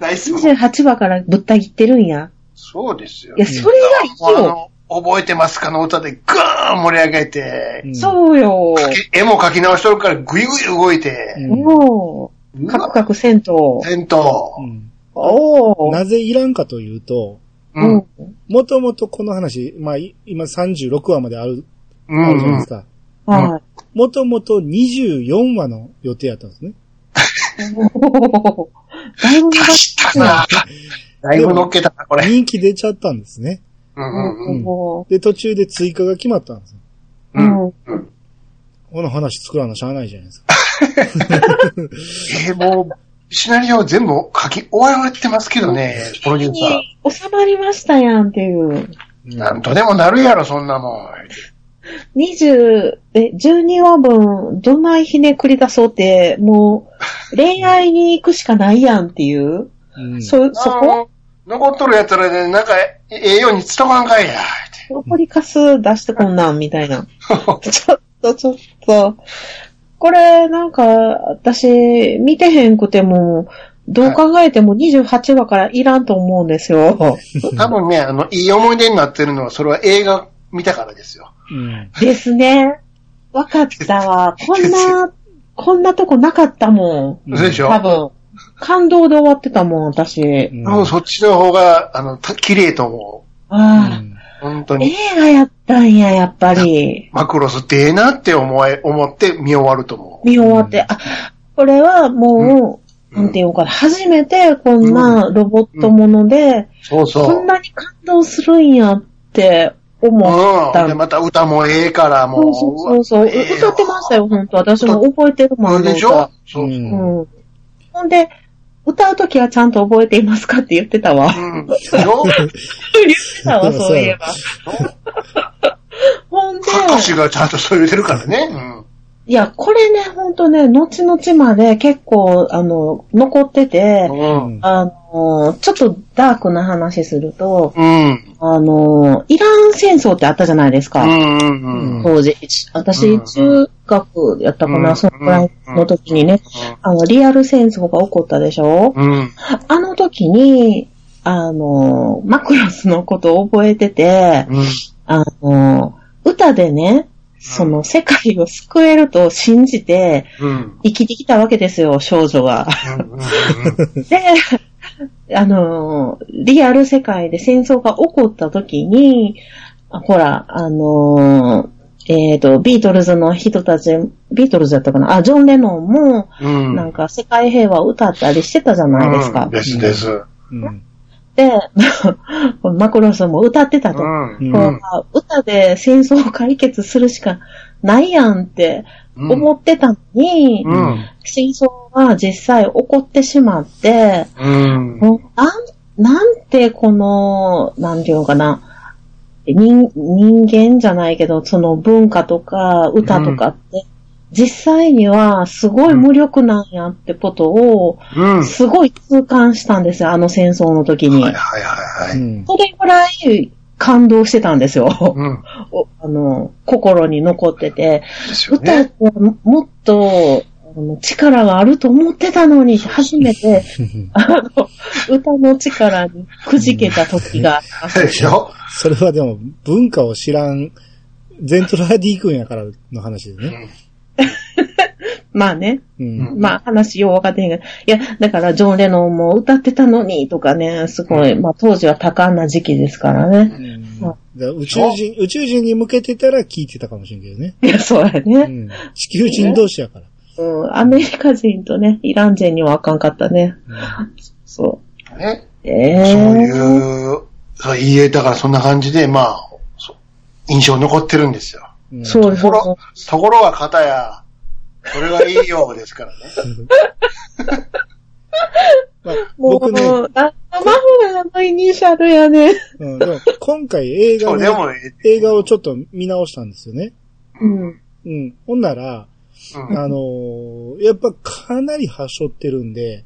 ないっすもん。 28話からぶった切ってるんや。そうですよい。や、それがいいあよ。の、覚えてますかの歌でガーン盛り上げて、うんそうよ。絵も描き直しとるからぐいぐい動いて、うんもう、カクうカクせんと。戦闘。うんおお。なぜいらんかというと、ううんん。。もともとこの話、まあ、い今36話まである、うあるじゃないんです。か。はい。もともと24話の予定やったんですね。おーだいぶ長出したなだいぶ乗っけたな、これ。人気出ちゃったんですね。うんうんうん。い。おーで、途中で追加が決まったんですよ。うん。うんこの話作らなしゃあないじゃないですか。えー、もう、シナリオ全部書き終わってますけどね、プロデューサ収まりましたやんっていう。うんー。なんとでもなるやろ、そんなもん。 20、え、12話分、どないひねくり出そうって、もう、恋愛に行くしかないやんっていう。うんそ、そこあの残っとるやつらで、なんか、えええように伝わんかいや。残りかす出してこんなん、みたいな。ちょっと、ちょっと。これ、なんか、私、見てへんくても、どう考えても28話からいらんと思うんですよ。多分ね、あの、いい思い出になってるのは、それは映画見たからですよ。うん。ですね。わかったわ。こんな、こんなとこなかったもん。うんそうでしょ多分。感動で終わってたもん、私。うん多分そっちの方が、あの、た綺麗と思うああ、んう。本当に。映画やったんや、やっぱり。マクロスってええなって思え、思って見終わると思見終わって、あ、これはう。もう、なんていうのかな、初めてこんなロボットもので、そうそう。こんなに感動するんやって思ったうん。で、また歌もええから、も。そううそうそうそう、わええわ歌ってましたよ、本当私も覚えてるもうんんでしなんょかそう。うん。うんうん。ほんで、歌うときはちゃんと覚えていますかって言ってたわ。でしょ 言ってたわ、そうい えば。ほんで、歌詞がちゃんとそう言ってるからね。うん。いや、これね、ほんとね、後々まで結構、あの、残ってて、うん。あの、ちょっとダークな話すると、うん。あの、イラン戦争ってあったじゃないですうか。ん。うん。当時、私、うん中学やったかな、うんそのくらいの時にね、あの、リアル戦争が起こったでしょうん。あの時に、あの、マクロスのことを覚えてて、うん。あの、歌でね、その世界を救えると信じてうん。生きてきたわけですよ、少女は。で、 あの、リアル世界で戦争が起こった時に、あほら、あの、えっ、と、ビートルズの人たち、ビートルズだったかなあ、ジョン・レノンも、うん。なんか世界平和を歌ったりしてたじゃないですか。ですです。うん。で、 マクロスも歌ってたと。うん。こうあ歌で戦争を解決するしかないやんって思ってたのに、うん。うん。戦争が実際起こってしまって、うん。もうなん、なんてこの、なんていうのかな、人、人間じゃないけど、その文化とか歌とかって、実際にはすごい無力なんやってことを、うん。すごい痛感したんですよ、あの戦争の時にはいはい。はういはい。ん。それぐらい感動してたんですよ。うん。 おあの、心に残ってて、ですよ歌っね。てもっと、あの力があると思ってたのに、初めて、あの、歌の力にくじけた時があります。でしょそれはでも、文化を知らん、ゼントラーディ君やからの話でね。まあね、うん。まあ話よう分かってへんけど、いや、だからジョン・レノンも歌ってたのにとかね、すごい、まあ当時は多感な時期ですからね。うんだから宇宙人、宇宙人に向けてたら聞いてたかもしれんけどね。いや、そうやうね。ん。地球人同士やから。うん、アメリカ人とね、イラン人にはあかんかったね。そね。う。ええそういう、そう、いいえ、だからそんな感じで、まあ、そう印象残ってるんですよ。うんそうそうとこそうろ、ところが片や、それはいいようですからね。まあも僕う、ね、あ、マフラーのイニシャルやね。うん、でも今回映画そう、ねでも、え映画をちょっと見直したんですよね。うん。うん。ほんなら、あのーやっぱかなり端折ってるんで、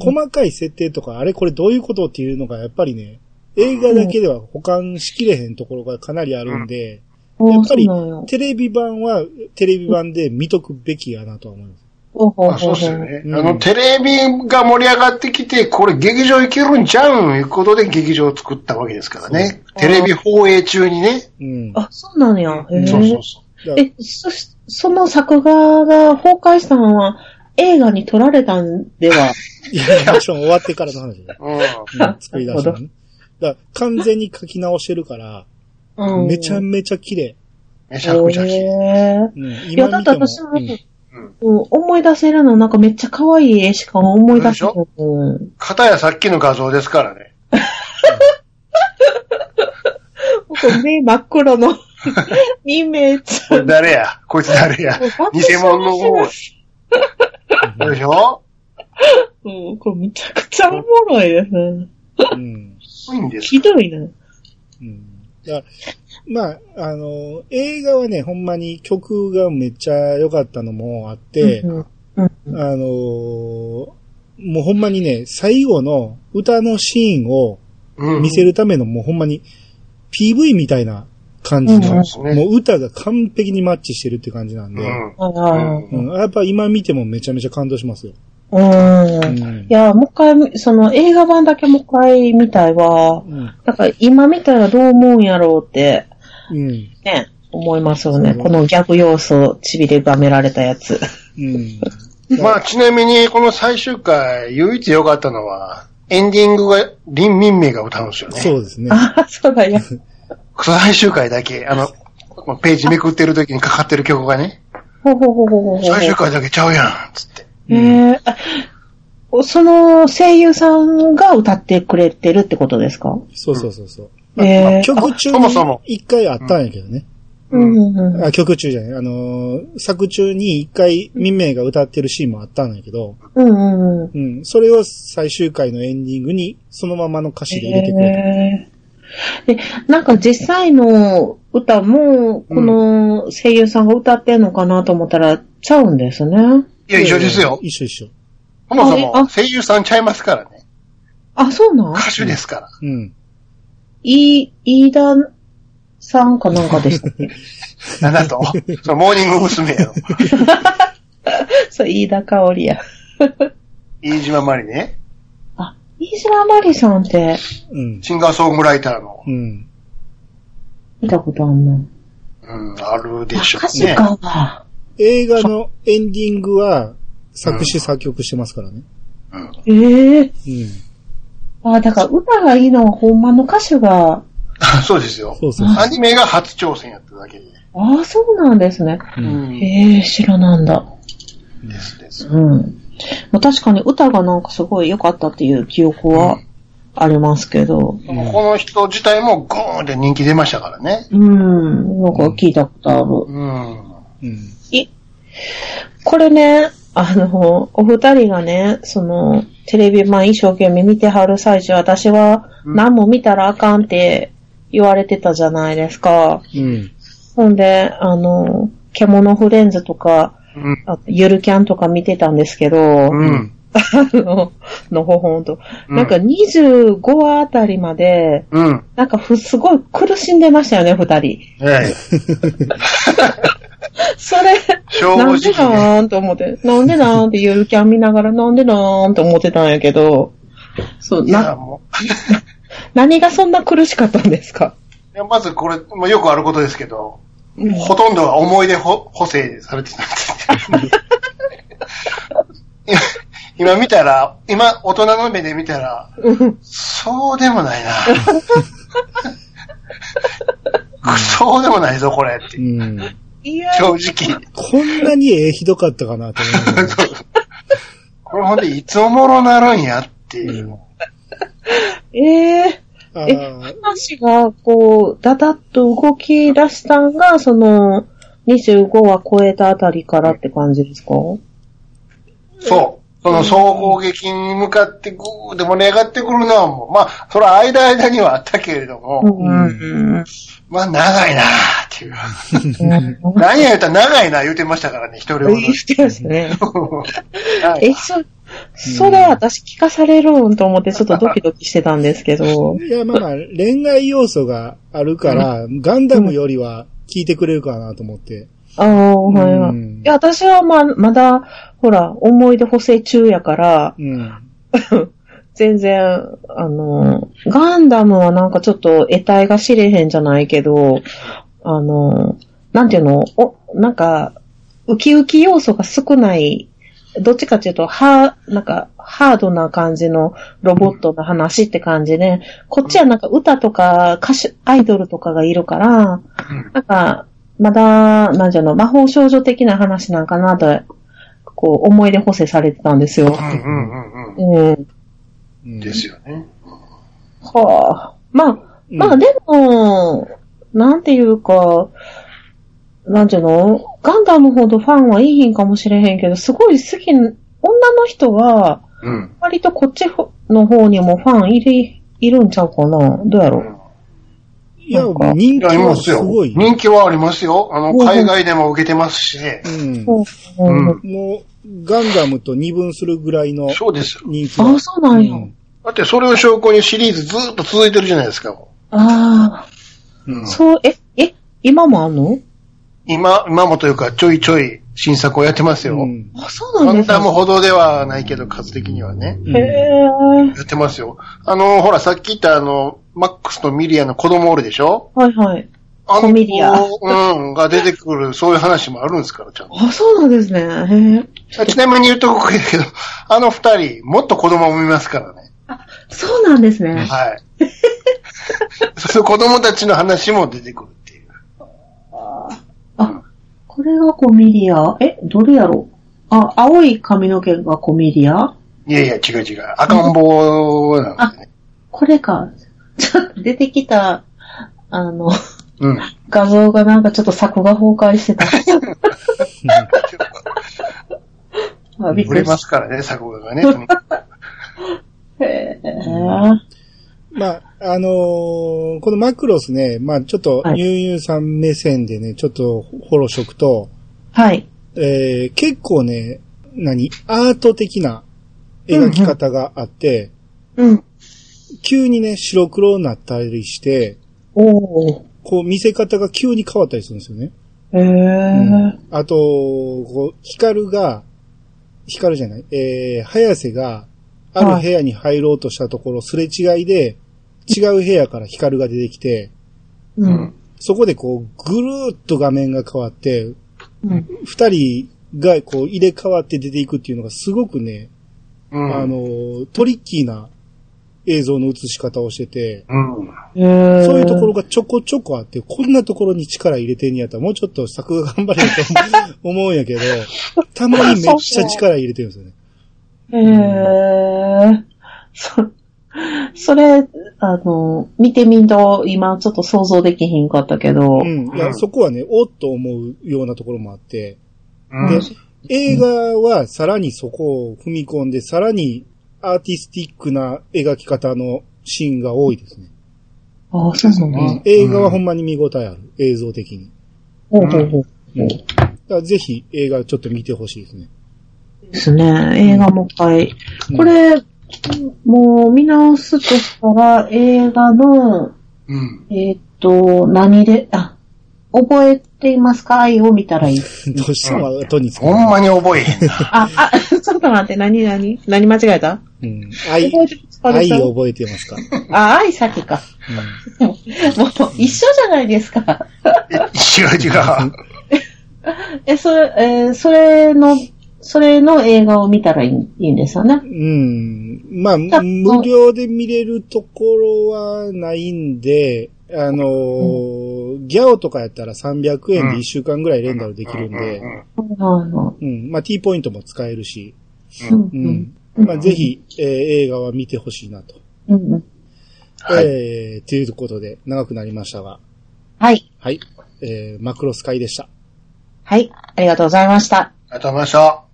細かい設定とか、あれこれどういうことっていうのが、やっぱりね、映画だけでは保管しきれへんところがかなりあるんで、ややっぱりそうなんよテレビ版はテレビ版で見とくべきやなとは思います。ほうほうあほそううっすほよう。ね。うんあの、テレビが盛り上がってきて、これ劇場行けるんじゃうんいうことで劇場を作ったわけですからね。そうテレビ放映中にね。うん。あ、そうなんや。へえ。そうそうそだえ、そ、その作画が崩壊したのは映画に撮られたんではいや、アクション終わってからの話だよ。う。うん。 うん作り出したのね。だから完全に書き直してるから、うんめちゃめちゃ綺麗。めちゃくちゃ綺麗。へーうん、いや、だって私も、うん思い出せるの、なんかめっちゃ可愛い絵しか思い出せない。うんかたやさっきの画像ですからね。僕目真っ黒の2名つ。これ誰やこいつ誰や偽物の方。うでしょうん、これめちゃくちゃおもろいですね。んうん。いいんですひどいね。うん。だからまあ、あの、映画はね、ほんまに曲がめっちゃ良かったのもあって、うんあのーもうほんまにね、最後の歌のシーンをうん見せるためのもうほんまに PV みたいな感じそうので、すね。もう歌が完璧にマッチしてるって感じなんで、うん。ああうんやっぱ今見てもめちゃめちゃ感動しますよ。う。うんいん。や、もう一回、その映画版だけもう一回見たいわ。うん。だから今見たらどう思うんやろうって、うん。ね、思いますよね。そうこのギャグ要素、ちびでがめられたやつ。うん。まあ、ちなみに、この最終回、唯一良かったのは、エンディングが、リン・ミンメイが歌うんですよね。そうですね。ああ、そうだよ。最終回だけ、あの、まあページめくってる時にかかってる曲がね、ほうほうほうほうほうほう。最終回だけちゃうやん、つって。ええあその声優さんが歌ってくれてるってことですかそうそうそうそう。ええー曲中あそもそにも一回あったんやけどね。うんうんうんあ曲中じゃない。あのー作中に一回民名が歌ってるシーンもあったんやけど、うんうんうん。うん。それを最終回のエンディングにそのままの歌詞で入れてくれええで、なんか実際の歌も、この声優さんが歌ってんのかなと思ったら、ちゃうんですね。いた。や、一緒ですよ。一緒一緒。そもそあれも、あ声優さんちゃいますからね。あ、そうなん歌手ですから。うん。い、飯田さんかなんかでしたっけなんだとそのモーニング娘。の、 そう、飯田香織や。飯島まりね、あ、飯島まりさんって、うん。シンガーソングライターの、うん。見たことあんな。うん、あるであしょ歌う手ね。か。な映画のエンディングは作詞作曲してますからね。ええうん。あ、だから歌がいいのはほんまの歌手が、そうですよ。そうそうアニメが初挑戦やっただけで。ああ、そうなんですね。う。うんん。ええ知らなんだ。ですです。うん。まあ、確かに歌がなんかすごい良かったっていう記憶はありますけど、でもこの人自体もゴーンって人気出ましたからね。うん、なんか聞いたことある。うん。うん。これね、あの、お二人がね、その、テレビ前一生懸命見てはる最中、私はうん何も見たらあかんって言われてたじゃないですか。うん。ほんで、あの、獣フレンズとか、うん。あゆるキャンとか見てたんですけど、うん。 あの、のほほんと。うんなんか25話あたりまで、うん。なんかふ、すごい苦しんでましたよね、二人。ええ。それ、正な直んでね。なんと思って、なんでなんってゆるキャン見ながら、なんでなんと思ってたんやけど、そう、いや、な、も何がそんな苦しかったんですかういや、まずこれ、もうよくあることですけど、うんほとんどは思い出ほ補正されてたんですね 今今見たら、今、大人の目で見たら、そうでもないな。そうでもないぞ、これって。うん。いや、正直。こんなに絵ひどかったかなと思いながらこれほんで、いつおもろなるんやっていう。ええあえー話が、こう、だだっと動き出したんが、その、25話超えたあたりからって感じですかそう。その総合劇に向かってグーで盛り上がってくるのはもう、まあ、それは間間にはあったけれども、うんうんまあ、長いなあっていう。うん。何や言うたら長いな言うてましたからね、一人ほど言ってますね。 はえ、い。そ、それ私聞かされるんと思ってちょっとドキドキしてたんです けど。いや、まあまあ、恋愛要素があるから、ガンダムよりは聞いてくれるかなと思って。ああ、はいはうい。んいや、私はまあ、まだ、ほら、思い出補正中やから、うん。全然、あの、ガンダムはなんかちょっと得体が知れへんじゃないけど、あの、なんていうの、お、なんか、ウキウキ要素が少ない、どっちかっていうと、は、なんか、ハードな感じのロボットの話って感じで、こっちはなんか歌とか歌手、アイドルとかがいるから、なんか、まだ、なんじゃの、魔法少女的な話なんかなと、こう、思い出補正されてたんですよう。んうんうんううん。うんん。ですよね。はあ。まあ、まあでも、なんていうか、なんていうのガンダムほどファンはいいひんかもしれへんけど、すごい好きな、女の人は、うん。割とこっちの方にもファンいる、いるんちゃうかなどうやろういや、なんか人い気や、ありはますすよ。ごい。人気はありますよ。あの、海外でも受けてますしね。うん。うんうんもう、ガンダムと二分するぐらいのそうですよ。人気はあ、そうなんや。うんだってそれを証拠にシリーズずーっと続いてるじゃないですか。もあうあ、んそう、え、え、今もあんの今、今もというか、ちょいちょい新作をやってますよ。うんあ、そうなガんでンすかダムほどではないけど、数的にはね。うんへえ。やってますよ。あの、ほら、さっき言ったあの、マックスとミリアの子供おるでしょはいはい。あのコミリア子うん、が出てくる、そういう話もあるんですから、ちゃん と。あ、そうなんですね。へえ。ちなみに言うとこけど、あの二人、もっと子供産みますからね。そうなんですね。 はい。その子供たちの話も出てくるっていう。あ、これがコミリアえ、どれやろあ、青い髪の毛がコミリアいやいや、違う違う。赤ん坊なんですね。これか。 ちょっと出てきた、あの、 うん。画像がなんかちょっと作画崩壊してた。 あびっ売くれりましすからね、作画がね。とにかくた。へえまあ、あのーこのマクロスね、まあちょっと、はいニューユーさん目線でね、ちょっとフォローしとくと、はい。えー結構ね、何アート的な描き方があって、うん。急にね、白黒になったりして、おー。こう見せ方が急に変わったりするんですよね。へえあと、こう、ヒカルが、ヒカルじゃない、えー、早瀬が、ある部屋に入ろうとしたところ、すれ違いで、違う部屋からヒカルが出てきて、ううんん。そこでこう、ぐるーっと画面が変わって、うん。二人がこう、入れ替わって出ていくっていうのがすごくね、うん。あのー、トリッキーな映像の映し方をしてて、うん。へえそういうところがちょこちょこあって、こんなところに力入れてんやったら、もうちょっと作画頑張れよと思うんや けど、たまにめっちゃ力入れてるんですよね。へえそ、それ、あの、見てみんと今ちょっと想像できひんかったけど。うん。いや、そこはね、おっと思うようなところもあって、うん。映画はさらにそこを踏み込んで、さらにアーティスティックな描き方のシーンが多いですね。ああ、そうなんだ。うん映画はほんまに見応えある、映像的に。ほうほうほう。うん。だからぜひ映画ちょっと見てほしいですね。 ですね。映画もう一回。これ、もう見直すとしたら、映画の、うん。えーっと、何で、あ、覚えていますか愛を見たらいい。どうしても後につけほんまに覚えへんな。 あ、 あ、ちょっと待って、何何何間違えたうん。 愛、覚えてますか愛私覚えてますか、あ、愛先か。 うもう、一緒じゃないですか。違う違う。え、それ、えーそれの、それの映画を見たらいいいいんですよね。ん、うん。まあ、だ無料で見れるところはないんで、あのーギャオとかやったら300円で1週間ぐらいレンタルできるんで、ううはいはうん。まあ、T ポイントも使えるし、いうんううんん。まあ、ぜひ、えー映画は見てほしいなと。うんうんはいえー、ということで、長くなりましたが、はい。はい。えー、マクロス会でした。はい。ありがとうございました。ありがとうございました。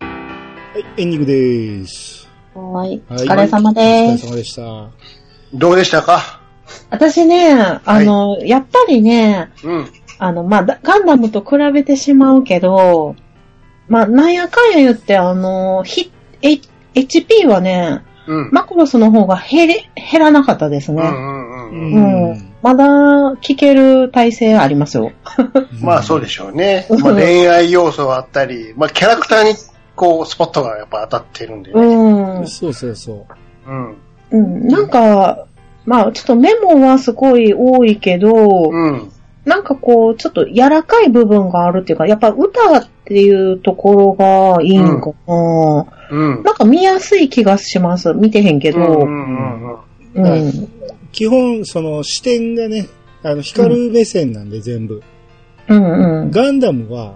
はい、エンディングです。はい。おはい。疲れ様でおす。疲れ様でした。どうでしたか私ね、あの、やっぱりね、うん。あの、まあ、だガンダムと比べてしまうけど、まあ、なんやかんや言って、あの、ひ、H、HP はね、うん。マクロスの方が減れ、減らなかったですうね。んうんうんうん。うんうんまだ聞ける体制ありますよ。まあそうでしょうね。まあ恋愛要素はあったり、まあキャラクターにこうスポットがやっぱ当たってるんでうね。ん。うそうそうそう。うん。ん。なんか、まあちょっとメモはすごい多いけど、うん。なんかこう、ちょっと柔らかい部分があるっていうか、やっぱ歌っていうところがいいんかな。うん。なんか見やすい気がします。見てへんけうど。んううんん。うんうん。うん。基本、その視点がね、あの、光る目線なんで全部。うん。ガンダムは、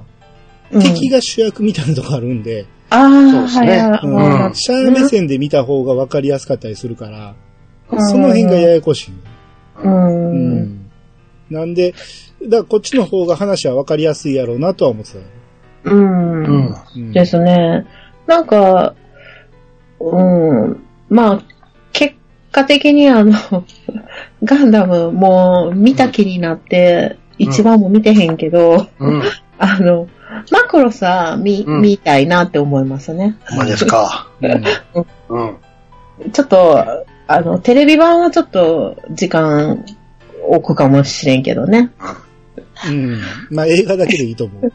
うん敵が主役みたいなとこあるんで、ああ、そうですねはいはうい。んうんうんシャア目線で見た方が分かりやすかったりするから、うんその辺がややこしい。ううん。ん。なんで、だからこっちの方が話は分かりやすいやろうなとは思ってたよ。うん。うん。うんですね。なんか、うん。まあ、結果的にあの、 ガンダムもう見た気になって、ん一番も見てへんけど、うん。あの、マクロさ、見、うん見たいなって思いますね。まあですか。うんうん。ちょっと、あの、テレビ版はちょっと時間置くかもしれんけどね。うん。まあ映画だけでいいと思 う。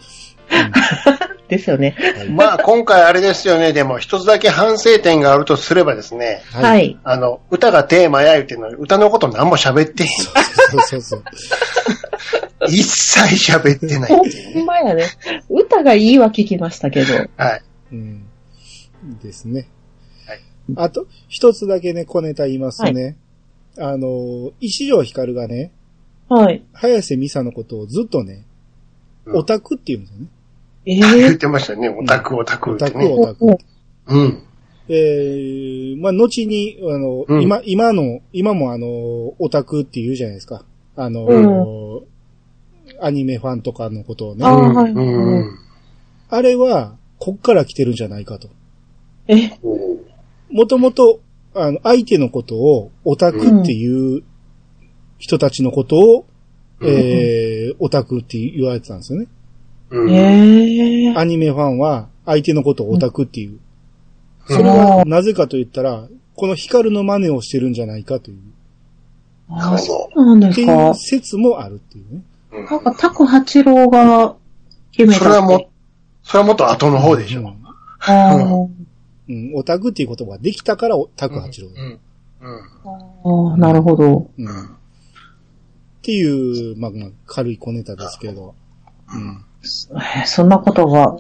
ですよね。うんまあ今回あれですよね、でも一つだけ反省点があるとすればですね、は。はいい。あの、歌がテーマや言うてんのに、歌のこと何も喋ってへん。そうそうそう。一切喋ってないほっていうね。んまやね。歌がいいは聞きましたけど。はい。うん。ですね。はいあと、一つだけね、小ネタ言いますとね。あの、石条光がね、はい。早瀬美沙のことをずっとね、うんオタクって言うんですよね。ええ言ってましたね、オタクオタクオってタク、ね。オタク。うん。えー、まあ、後に、あの、うん今、今の、今もあの、オタクって言うじゃないですか。あの、アニメファンとかのことをね。ああーうんはいうんれは、こっから来てるんじゃないかと。え、うん。もともと、あの、相手のことを、オタクっていう人たちのことを、うんえー、オタクって言われてたんですよね。うんええアニメファンは、相手のことをオタクっていう。うんそれは、なぜかと言ったら、この光の真似をしてるんじゃないかという。なるあ、ほそどうなんでってすいかう。説もあるっていうね。うんなんか、タク八郎が決めた。それはも、それはもっと後の方でしうょ。んあーうん、オタクっていう言葉ができたから、オタク八郎。うん。うん。あー、なるほど。うん。んっていう、まあ、まあ、軽い小ネタですけど。えーそんなことが、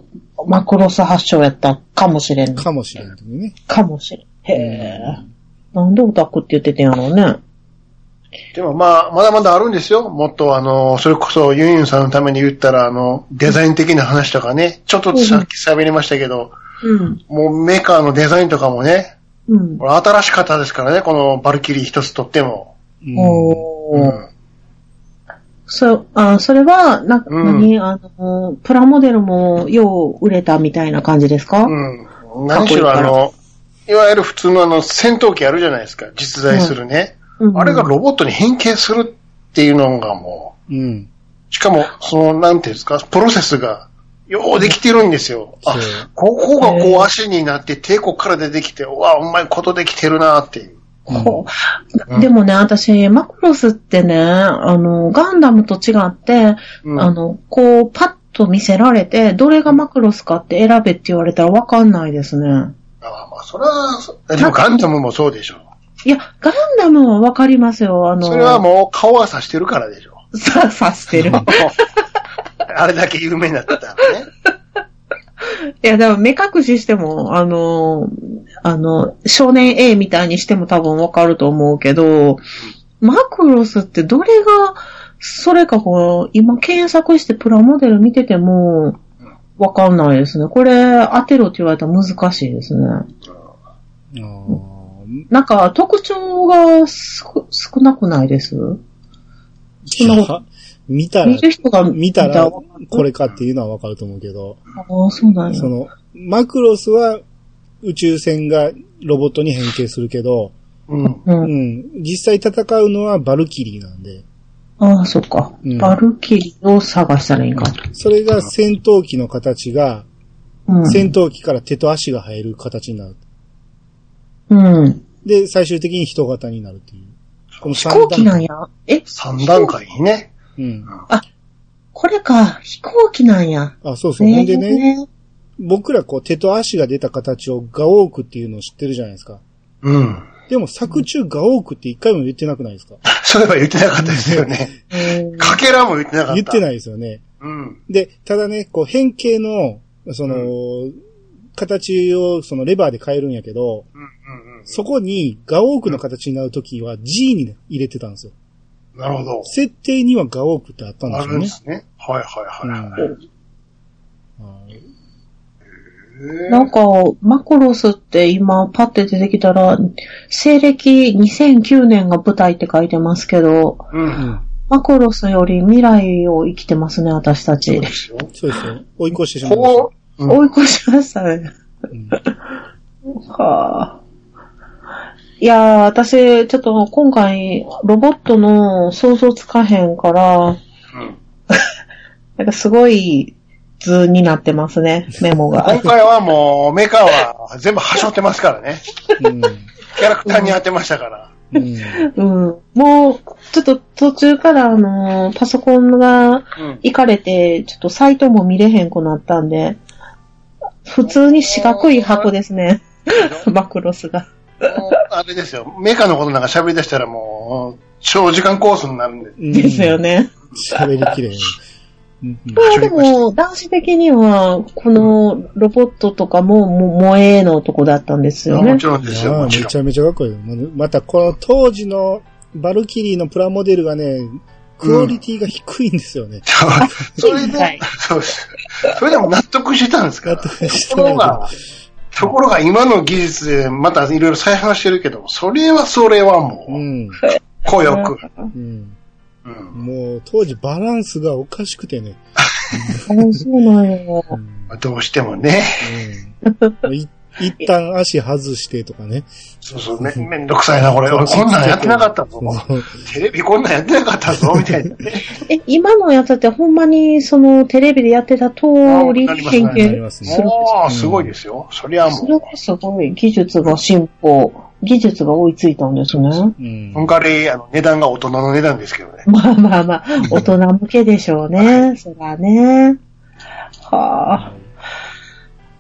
マクロス発祥やったかもしれん。かもしれんというね。かもしれん。へえ。なんでオタクって言ってたんやろうね。でもまあ、まだまだあるんですよ。もっとあの、それこそユンユンさんのために言ったら、あの、デザイン的な話とかね、ちょっとさっき喋りましたけど、うん。もうメーカーのデザインとかもね、うんこ。れ新しかったですからね、このバルキリー一つとっても。うんおうー。ん。そ、あ、それは、な、うん何あの、プラモデルもよう売れたみたいな感じですかうん。何しろあの、いわゆる普通のあの、戦闘機あるじゃないですか、実在するね。うんあれがロボットに変形するっていうのがもうん。う、しかも、その、なんていうんですか、プロセスが、ようできてるんですよ。あそう、ここがへこーう足になって、抵抗から出てきて、うわ、うまいことできてるなっていう。こううんでもね、私、マクロスってね、あの、ガンダムと違って、うんあの、こう、パッと見せられて、どれがマクロスかって選べって言われたらわかんないですね。あまあ、それは、そでもガンダムもそうでしょ。いや、ガンダムはわかりますよ、あの、それはもう顔はさしてるからでしょ。さ、さしてる。 あれだけ有名になってたらね。いや、でも目隠ししても、あの、あの、少年 A みたいにしても多分わかると思うけど、マクロスってどれが、それかこう、今検索してプラモデル見てても、わかんないですね。これ当てろって言われたら難しいですね。あーなんか特徴が少少なくないですいや見たら見、る人が見たら、わこれかっていうのはわかると思うけど、ああ、そうなんやそ。の、マクロスは宇宙船がロボットに変形するけど、うん。う。うんん、実際戦うのはバルキリーなんで、ああ、そっかうん。バルキリーを探したらいいんかと。それが戦闘機の形が、うん。戦闘機から手と足が生える形になる。うん。で、最終的に人型になるっていう。この飛行機なんや。や。え、三段階にね。うん。これか。飛行機なんや。あ、そうそう。ほねんでね、え。僕らこう手と足が出た形をガオークっていうのを知ってるじゃないですか。うん。でも作中ガオークって一回も言ってなくないですかそういえば言ってなかったですよね。うんかけらも言ってなかった。言ってい。ないですよね。うん。で、ただね、こう変形の、その、形をそのレバーで変えるんやけど、うんうんそこにガオークの形になるときは G に入れてたんですよ。うん。なるほど。設定にはガオークってあったんであするよんでね。すね。はいはいはいはい。うんへーなんか、マコロスって今パッて出てきたら、西暦2009年が舞台って書いてますけど、うん。マコロスより未来を生きてますね、私たそうちで。すよ。そうですよ。追い越してしまこいましたこ、うん追い越しましたね。うんはあ。いやー、私、ちょっと今回、ロボットの想像つかへんから、うんなんかすごい図になってますね、メモ今が。回はもう、メーカーは全部はしょってますからね。うん。キャラクターに当てましたから。うん。うん。もう、ちょっと途中から、あのーパソコンがうん。行かれて、ちょっとサイトも見れへんくなったんで、普通に四角い箱ですね、 マクロスが。もうあれですよ。メーカーのことなんか喋り出したらもう、長時間コースになるんで。うんですよ。ね。喋りきれへん。うんうんこれはでも、男子的には、このロボットとかも、も、萌えのとこだったんですよもねち。ろんですよ、まあもめちろん。ちゃめちゃかっこいいよ。また、この当時のバルキリーのプラモデルがね、クオリティが低いんですよね。 それはでい、そうです。それでも納得してたんですか納ら。得してとこないろが、ところが今の技術でまたいろいろ再販してるけども、それはそれはもうう、ん。こよく。うん。うん。もう、当時バランスがおかしくてね。あそうなんや。うん。どうしてもね、うんい一旦足外してとかね。そうそう、めめんどくさいな、これ。俺こんなんやってなかったぞ。そうテレビこんなんやってなかったぞ、みたい なね。え、今のやつってほんまに、その、テレビでやってた通りあなります変なり形ますすねる。もう、すごいですよ。そりゃそもれがすごい、技術が進歩、技術が追いついたんですね。うんう、今回、あの、値段が大人の値段ですけどね。 まあまあまあ、大人向けでしょうね。そらね。はあ。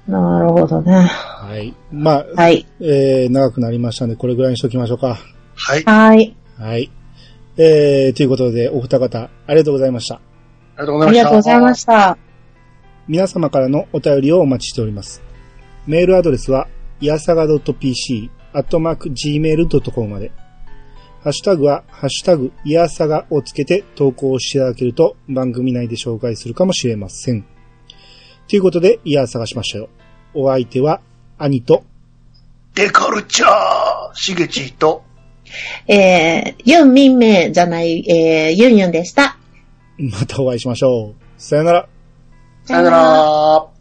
なるほどね。はい。まあ、はい。えー、長くなりましたんで、これぐらいにしときましょうか。はい。あはい。はい。えー、ということで、お二方、ありがとうございました。りがとうごあざいまりした。がとうございました。皆様からのお便りをお待ちしております。メールアドレスは、いやさが .pc、アットマーク gmail.com まで。ハッシュタグは、ハッシュタグ、いやさがをつけて投稿していただけると、番組内で紹介するかもしれません。ということで、いやさがしましたよ。お相手は、兄と、デカルチャー、しげちーと、えー、ユンミンメイじゃない、えー、ユンユンでした。またお会いしましょう。さよなら。さよなら。